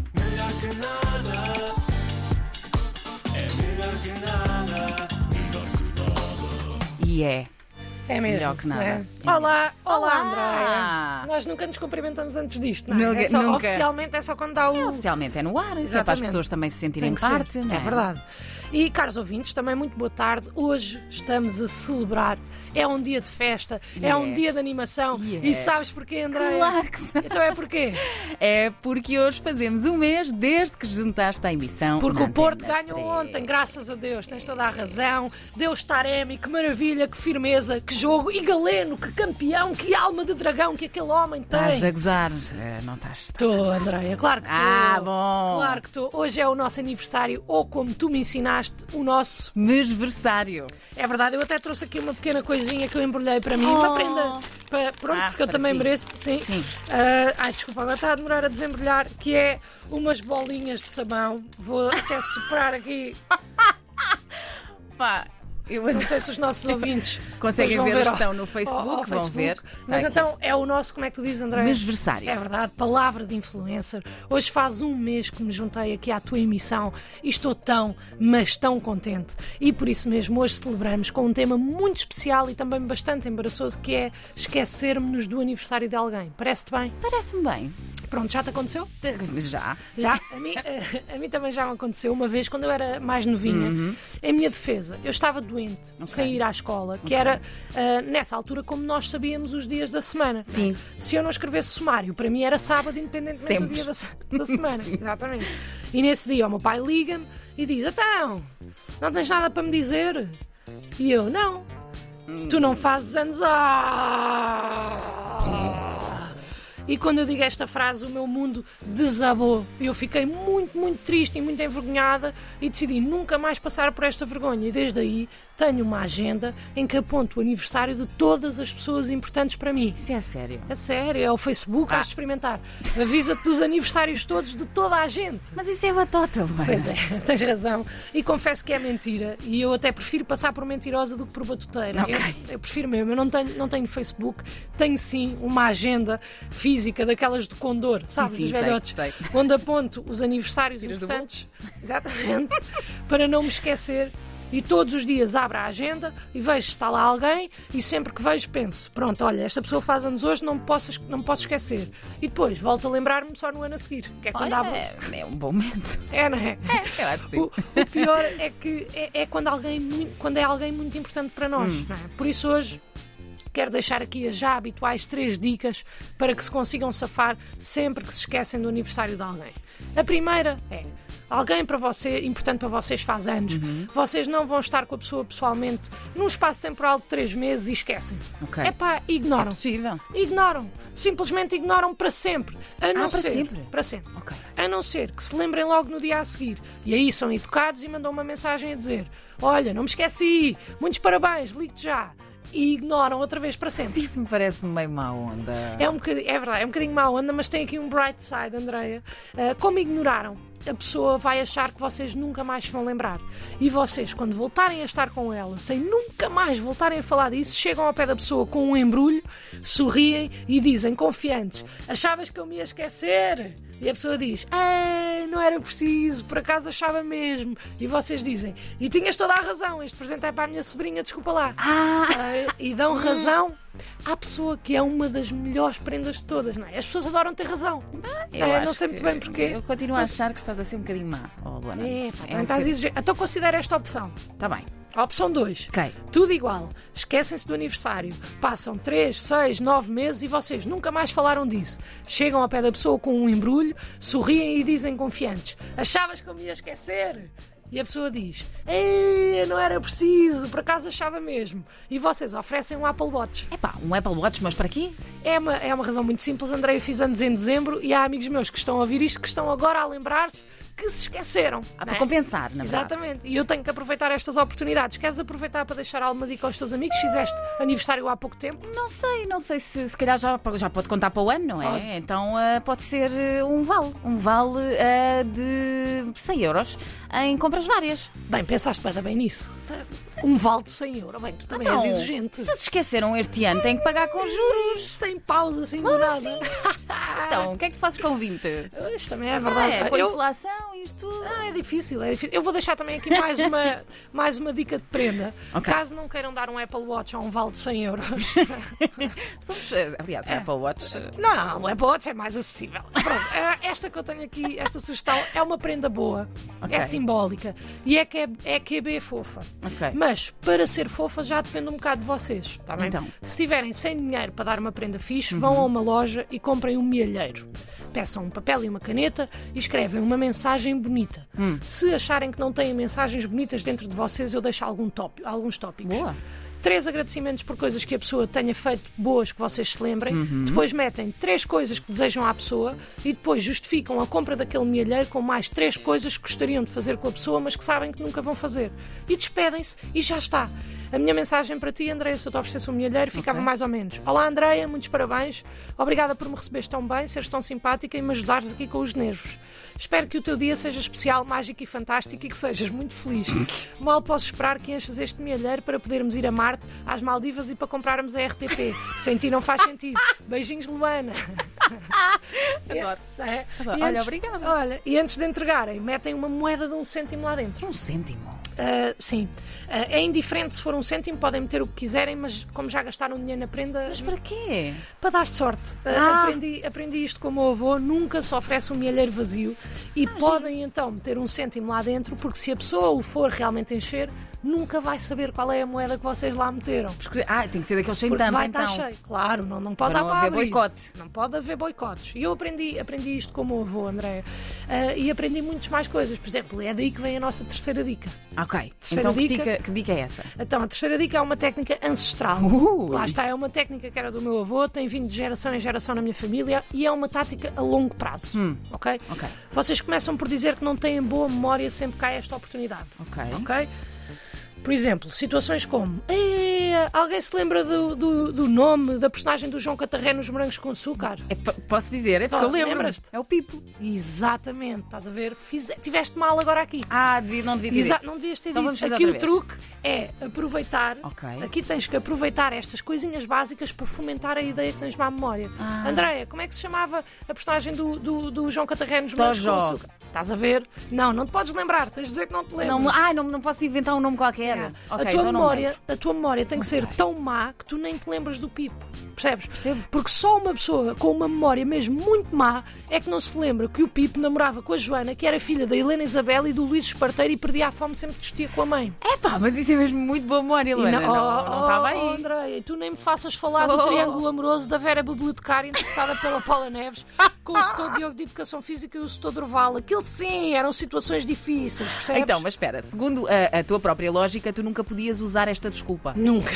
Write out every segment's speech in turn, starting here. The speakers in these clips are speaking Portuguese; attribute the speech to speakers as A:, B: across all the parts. A: que nada. É melhor que nada. Melhor que nada.
B: E é.
C: É mesmo.
B: Melhor que nada.
C: é.
B: É
C: Olá, olá,
B: Olá.
C: Andréia. Nós nunca nos cumprimentamos antes disto, não é?
B: Nunca,
C: É só-
B: nunca.
C: Oficialmente é só quando dá o.
B: É, oficialmente é no ar, isso é para as
C: Exatamente.
B: pessoas também se sentirem
C: Tem que
B: parte,
C: ser.
B: não é?
C: É verdade. E caros ouvintes, também muito boa tarde. Hoje estamos a celebrar. É um dia de festa, é
B: Yeah.
C: um dia de animação.
B: Yeah.
C: E sabes porquê, Andréia?
B: Claro que sim.
C: Então é porquê?
B: É porque hoje fazemos um mês desde que juntaste à emissão.
C: Porque
B: na
C: o Porto
B: Antena
C: ganhou
B: três.
C: ontem, graças a Deus, tens toda a razão. Deus Taremi, que maravilha, que firmeza, que jogo. E Galeno, que campeão, que alma de dragão que aquele homem
B: Estás a
C: tem.
B: gozar. É, Não estás.
C: Estou, Andréia, claro que estou.
B: Ah, bom.
C: Claro que estou. Hoje é o nosso aniversário, ou como tu me ensinaste, o nosso.
B: Mesversário.
C: É verdade, eu até trouxe aqui uma pequena coisinha que eu embrulhei para mim.
B: Oh.
C: Uma prenda. Para, pronto,
B: Ah,
C: porque eu
B: para
C: também
B: ti.
C: mereço, sim.
B: Sim.
C: Ah, ai, desculpa, agora está a demorar a desembrulhar, que é umas bolinhas de sabão. Vou até soprar aqui.
B: Pá, eu
C: Não sei se os nossos ouvintes
B: Conseguem
C: depois vão
B: ver,
C: ao-
B: estão no Facebook, vão ver. Tá,
C: Mas
B: Está
C: então é o nosso, como é que tu dizes, André?
B: Mesversário.
C: É verdade, palavra de influencer. Hoje faz um mês que me juntei aqui à tua emissão e estou tão, mas tão contente. E por isso mesmo hoje celebramos com um tema muito especial e também bastante embaraçoso que é esquecermos-nos do aniversário de alguém. Parece-te bem?
B: Parece-me bem.
C: Pronto, já te aconteceu?
B: Já.
C: Já, a mim, eh, a mim também já me aconteceu uma vez quando eu era mais novinha. Em minha defesa, eu estava doente, sem ir à escola, que era ah, nessa altura como nós sabíamos os dias da semana.
B: Sim.
C: Se eu não escrevesse sumário, para mim era sábado, independentemente do
B: Sempre.
C: dia da, se- da semana. Exatamente. E nesse dia o meu pai liga-me e diz: Então, não tens nada para me dizer? E eu: Não, tu não fazes anos. Ah! E quando eu digo esta frase, o meu mundo desabou. Eu fiquei muito, muito triste e muito envergonhada e decidi nunca mais passar por esta vergonha. E desde aí tenho uma agenda em que aponto o aniversário de todas as pessoas importantes para mim.
B: Isso é sério.
C: É sério, é o Facebook,
B: Ah.
C: hás de experimentar. Avisa-te dos aniversários todos de toda a gente.
B: Mas isso é batota, Luana.
C: Pois é, tens razão. E confesso que é mentira. E eu até prefiro passar por mentirosa do que por batuteira.
B: Ok.
C: Eu, eu prefiro mesmo. Eu não tenho, não tenho Facebook. Tenho sim uma agenda física daquelas de condor, sabes,
B: sim,
C: dos
B: sei,
C: velhotes.
B: sei.
C: Onde aponto os aniversários
B: Tiras do
C: importantes. Exatamente. para não me esquecer. E todos os dias abro a agenda e vejo se está lá alguém e sempre que vejo penso, pronto, olha, esta pessoa faz anos hoje, não me posso, es- não me posso esquecer. E depois volto a lembrar-me só no ano a seguir, que é quando
B: Olha,
C: abro...
B: é um bom momento.
C: É, não é?
B: Eu acho que
C: O,
B: sim.
C: o pior é que é, é quando, alguém muito, quando é alguém muito importante para nós.
B: Hum.
C: não é? Por isso hoje quero deixar aqui as já habituais três dicas para que se consigam safar sempre que se esquecem do aniversário de alguém. A primeira é alguém para você, importante para vocês faz anos.
B: Uhum.
C: Vocês não vão estar com a pessoa pessoalmente num espaço temporal de três meses e esquecem-se.
B: Ok.
C: É pá, ignoram.
B: possível.
C: Ignoram. Simplesmente ignoram para sempre. A não
B: Ah, para
C: ser,
B: sempre?
C: Para sempre.
B: Ok.
C: A não ser que se lembrem logo no dia a seguir. E aí são educados e mandam uma mensagem a dizer: Olha, não me esqueci, muitos parabéns, ligo-te já. E ignoram outra vez para sempre.
B: Mas isso me parece meio má onda.
C: É, um bocadinho, é verdade, é um bocadinho mau, Ana, mas tem aqui um bright side, Andreia. Ah, como ignoraram, a pessoa vai achar que vocês nunca mais se vão lembrar. E vocês, quando voltarem a estar com ela, sem nunca mais voltarem a falar disso, chegam ao pé da pessoa com um embrulho, sorriem e dizem, confiantes: Achavas que eu me ia esquecer? E a pessoa diz: Ah, não era preciso, por acaso achava mesmo. E vocês dizem: E tinhas toda a razão, este presente é para a minha sobrinha, desculpa lá.
B: Ah,
C: Ah, e dão razão à pessoa que é uma das melhores prendas de todas, não é? As pessoas adoram ter razão.
B: Ah, eu
C: É,
B: acho
C: não sei muito
B: que-
C: bem porquê.
B: Eu continuo a achar que estás a ser um bocadinho má, oh, Luana. um
C: É, pá, também estás
B: bocadinho-
C: exigente. Então considera esta opção.
B: Tá bem.
C: A opção 2.
B: Ok.
C: Tudo igual. Esquecem-se do aniversário. Passam 3, 6, 9 meses e vocês nunca mais falaram disso. Chegam ao pé da pessoa com um embrulho, sorriem e dizem confiantes: Achavas que eu me ia esquecer? E a pessoa diz: Ei, não era preciso, por acaso achava mesmo. E vocês oferecem um Apple Watch.
B: É pá, um Apple Watch, mas para quê?
C: É uma, é uma razão muito simples, André. Eu fiz anos em dezembro e há amigos meus que estão a ouvir isto que estão agora a lembrar-se que se esqueceram.
B: Ah,
C: não
B: para
C: é?
B: compensar, na verdade.
C: Exatamente. E eu tenho que aproveitar estas oportunidades. Queres aproveitar para deixar alguma dica aos teus amigos? Fizeste aniversário há pouco tempo?
B: Não sei, não sei se se calhar já, já pode contar para o ano, não é?
C: Pode.
B: Então ah, pode ser ah, um vale. Um vale ah, de 100 euros em compras várias.
C: Bem, pensaste bem, bem nisso. Um vale de 100 euros. Bem, tu também
B: Então,
C: és exigente.
B: Se se esqueceram este ano, têm que pagar com juros.
C: Sem pausa, sem do nada.
B: Então, o que é que tu fazes com 20?
C: Isto também é
B: Ah,
C: verdade.
B: é, com a
C: Ah. Eu-
B: inflação, isto tudo.
C: Ah, é difícil, é difícil. Eu vou deixar também aqui mais uma, mais uma dica de prenda.
B: Ok.
C: Caso não queiram dar um Apple Watch a um vale de 100 euros.
B: Somos, eh, aliás,
C: É.
B: a Apple Watch. eh,
C: Não, o Apple Watch é mais acessível. Pronto, eh, esta que eu tenho aqui, esta sugestão, é uma prenda boa,
B: Ok.
C: é simbólica e é que é, é que é bem fofa.
B: Ok.
C: Mas para ser fofa já depende um bocado de vocês, tá bem?
B: Então. Uhum.
C: Se tiverem sem dinheiro para dar uma prenda fixe, vão a uma loja e comprem um mielheiro. Peçam um papel e uma caneta e escrevem uma mensagem bonita.
B: Hum.
C: Se acharem que não têm mensagens bonitas dentro de vocês, eu deixo algum top, alguns tópicos.
B: Boa.
C: Três agradecimentos por coisas que a pessoa tenha feito boas que vocês se lembrem. Depois metem três coisas que desejam à pessoa e depois justificam a compra daquele milheiro com mais três coisas que gostariam de fazer com a pessoa, mas que sabem que nunca vão fazer. E despedem-se e já está. A minha mensagem para ti, Andréia, se eu te oferecesse um milheiro, ficava mais ou menos. Olá, Andréia, muitos parabéns. Obrigada por me receberes tão bem, seres tão simpática e me ajudares aqui com os nervos. Espero que o teu dia seja especial, mágico e fantástico e que sejas muito feliz. Mal posso esperar que enches este milheiro para podermos ir a Marte, às Maldivas e para comprarmos a RTP. Sem ti não faz sentido. Beijinhos, Luana.
B: Adoro.
C: É.
B: Olha, obrigada.
C: Olha, e antes de entregarem, metem uma moeda de um cêntimo lá dentro.
B: Um cêntimo.
C: Ah, sim. Ah, é indiferente se for um cêntimo, podem meter o que quiserem, mas como já gastaram dinheiro na prenda,
B: Mas para quê?
C: para dar sorte. Uh,
B: Ah.
C: Aprendi, aprendi isto com o meu avô: nunca se oferece um milheiro vazio e podem então meter um cêntimo lá dentro, porque se a pessoa o for realmente encher, nunca vai saber qual é a moeda que vocês lá meteram.
B: Porque- Ah, tem que ser daqueles sem
C: Porque
B: tampa,
C: vai
B: então.
C: estar cheio. Claro, não, não pode
B: Para
C: dar
B: não
C: para
B: haver
C: abrir.
B: boicote.
C: Não pode haver boicotes. E eu aprendi, aprendi isto com o meu avô, André. eh, e aprendi muitas mais coisas. Por exemplo, é daí que vem a nossa terceira dica.
B: Ok. Então, que
C: dica.
B: dica, que dica é essa?
C: Então, a terceira dica é uma técnica ancestral.
B: Ui.
C: Lá está, é uma técnica que era do meu avô, tem vindo de geração em geração na minha família e é uma tática a longo prazo. Ok?
B: Hum. Ok.
C: Vocês começam por dizer que não têm boa memória sempre que há esta oportunidade.
B: Ok.
C: Ok? Por exemplo, situações como "Eh, alguém se lembra do, do- do nome da personagem do João Catarré nos Morangos com Açúcar?
B: É, p- posso dizer? É porque eu
C: Oh,
B: lembro.
C: lembras-te?
B: É o Pipo.
C: Exatamente, estás a ver? Fize- Tiveste mal agora aqui.
B: Ah, devia, não devia ter.
C: Exato,
B: dito.
C: não devias ter
B: Então vamos
C: dito.
B: fazer
C: Aqui o
B: outra vez.
C: truque é aproveitar.
B: Ok.
C: Aqui tens que aproveitar estas coisinhas básicas para fomentar a ideia que tens má memória.
B: Ah.
C: Andréia, como é que se chamava a personagem do, do, do João Catarré nos Morangos com
B: Tojo.
C: Açúcar? Estás a ver? Não, não te podes lembrar. Tens de dizer que não te lembras.
B: Não, ah, não, não posso inventar um nome qualquer. Ok,
C: a, tua
B: então não
C: memória,
B: lembro.
C: a tua memória tem que ser tão má que tu nem te lembras do pipo. Percebes?
B: Percebo.
C: Porque só uma pessoa com uma memória mesmo muito má é que não se lembra que o Pipo namorava com a Joana, que era filha da Helena Isabel e do Luís Esparteiro e perdia a fome sempre que discutia com a mãe.
B: É pá, mas isso é mesmo muito boa memória, Luana. Não, não estava
C: Oh,
B: aí.
C: Andréia, tu nem me faças falar
B: Oh.
C: do triângulo amoroso da Vera Bibliotecária, interpretada pela Paula Neves, com o setor Diogo de Educação Física e o setor Durval. Aquilo sim, eram situações difíceis, percebes?
B: Então, mas espera, segundo a, a tua própria lógica, tu nunca podias usar esta desculpa.
C: Nunca,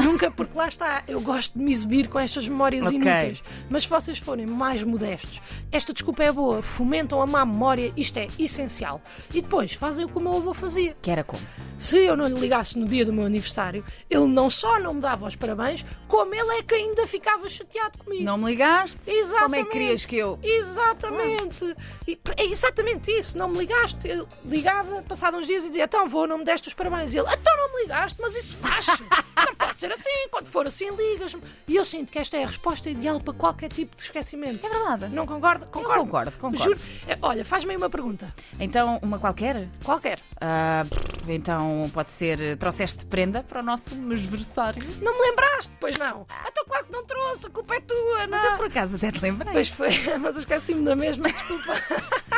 C: nunca, porque lá está, eu gosto de me exibir com estas memórias
B: Ok.
C: inúteis. Mas se vocês forem mais modestos, esta desculpa é boa, fomentam a má memória, isto é essencial. E depois fazem o que o meu avô fazia.
B: Que era como?
C: Se eu não lhe ligasse no dia do meu aniversário, ele não só não me dava os parabéns, como ele é que ainda ficava chateado comigo.
B: Não me ligaste?
C: Exatamente.
B: Como é que querias que eu.
C: Exatamente. E pre- é exatamente isso. Não me ligaste. Eu ligava, passado uns dias, e dizia: Então vou, não me deste os parabéns. E ele: Então não me ligaste, mas isso faz. não pode ser assim. Quando for assim, ligas-me. E eu sinto que esta é a resposta ideal para qualquer tipo de esquecimento.
B: É verdade.
C: Não concorda? Concordo.
B: concordo, concordo.
C: Juro. É, Olha, faz-me aí uma pergunta.
B: Então, uma qualquer?
C: Qualquer.
B: Ah, pff, então, pode ser. Trouxeste prenda para o nosso mesversário?
C: Não me lembraste? Pois não. Então claro que não trouxe. A culpa é tua, não.
B: Mas eu por acaso até te lembrei.
C: Pois foi, mas eu esqueci-me da mesma, desculpa.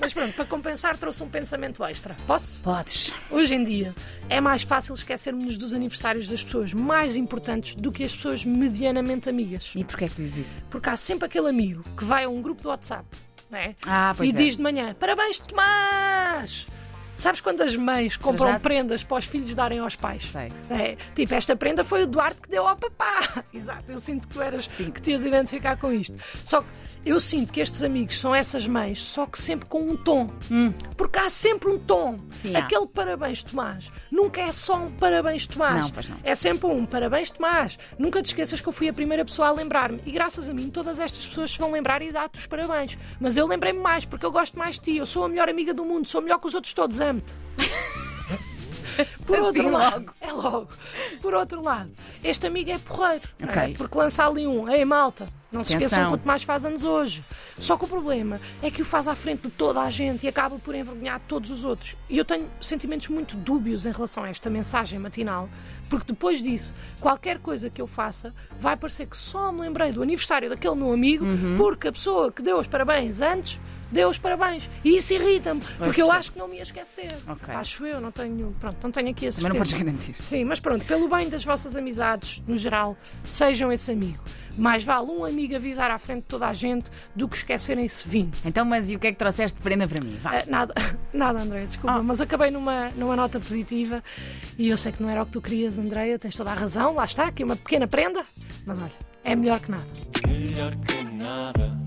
C: mas pronto, para compensar, trouxe um pensamento extra. Posso?
B: Podes.
C: Hoje em dia é mais fácil esquecermos-nos dos aniversários das pessoas mais importantes do que as pessoas medianamente amigas.
B: E porquê é que dizes isso?
C: Porque há sempre aquele amigo que vai a um grupo do WhatsApp não é?
B: Ah, pois
C: e
B: é.
C: diz de manhã: Parabéns, Tomás! Sabes quando as mães compram
B: Já-
C: prendas para os filhos darem aos pais?
B: Sei.
C: É, tipo, esta prenda foi o Duarte que deu ao papá. Exato, eu sinto que tu eras que te ias identificar com isto. Só que eu sinto que estes amigos são essas mães, só que sempre com um tom. Porque há sempre um tom.
B: Hum. Sim, há.
C: Aquele parabéns, Tomás. Nunca é só um parabéns, Tomás.
B: Não, pois não.
C: É sempre um parabéns, Tomás. Nunca te esqueças que eu fui a primeira pessoa a lembrar-me. E graças a mim, todas estas pessoas se vão lembrar e dar-te os parabéns. Mas eu lembrei-me mais, porque eu gosto mais de ti. Eu sou a melhor amiga do mundo, sou melhor que os outros todos. Amo-te. Por outro
B: Assim
C: lado, é logo. Por outro lado, este amigo é porreiro. não é?
B: Ok.
C: Porque lança ali um, ei malta, não se esqueçam
B: Atenção.
C: quanto mais faz anos hoje. Só que o problema é que o faz à frente de toda a gente e acaba por envergonhar todos os outros. E eu tenho sentimentos muito dúbios em relação a esta mensagem matinal, porque depois disso, qualquer coisa que eu faça vai parecer que só me lembrei do aniversário daquele meu amigo,
B: Uhum.
C: porque a pessoa que deu os parabéns antes deu os parabéns. E isso irrita-me, porque eu
B: percebo.
C: acho que não me ia esquecer.
B: Ok.
C: Acho eu, não tenho, pronto, não tenho aqui esse
B: Mas não podes garantir.
C: Sim, mas pronto, pelo bem das vossas amizades, no geral, sejam esse amigo. Mais vale um amigo avisar à frente de toda a gente do que esquecerem-se 20.
B: Então, mas e o que é que trouxeste de prenda para mim? Vá.
C: Ah, nada, nada, Andréia, desculpa,
B: Ah.
C: mas acabei numa, numa nota positiva e eu sei que não era o que tu querias, Andréia, tens toda a razão, lá está, aqui uma pequena prenda, mas olha, é melhor que nada.
A: Melhor que nada.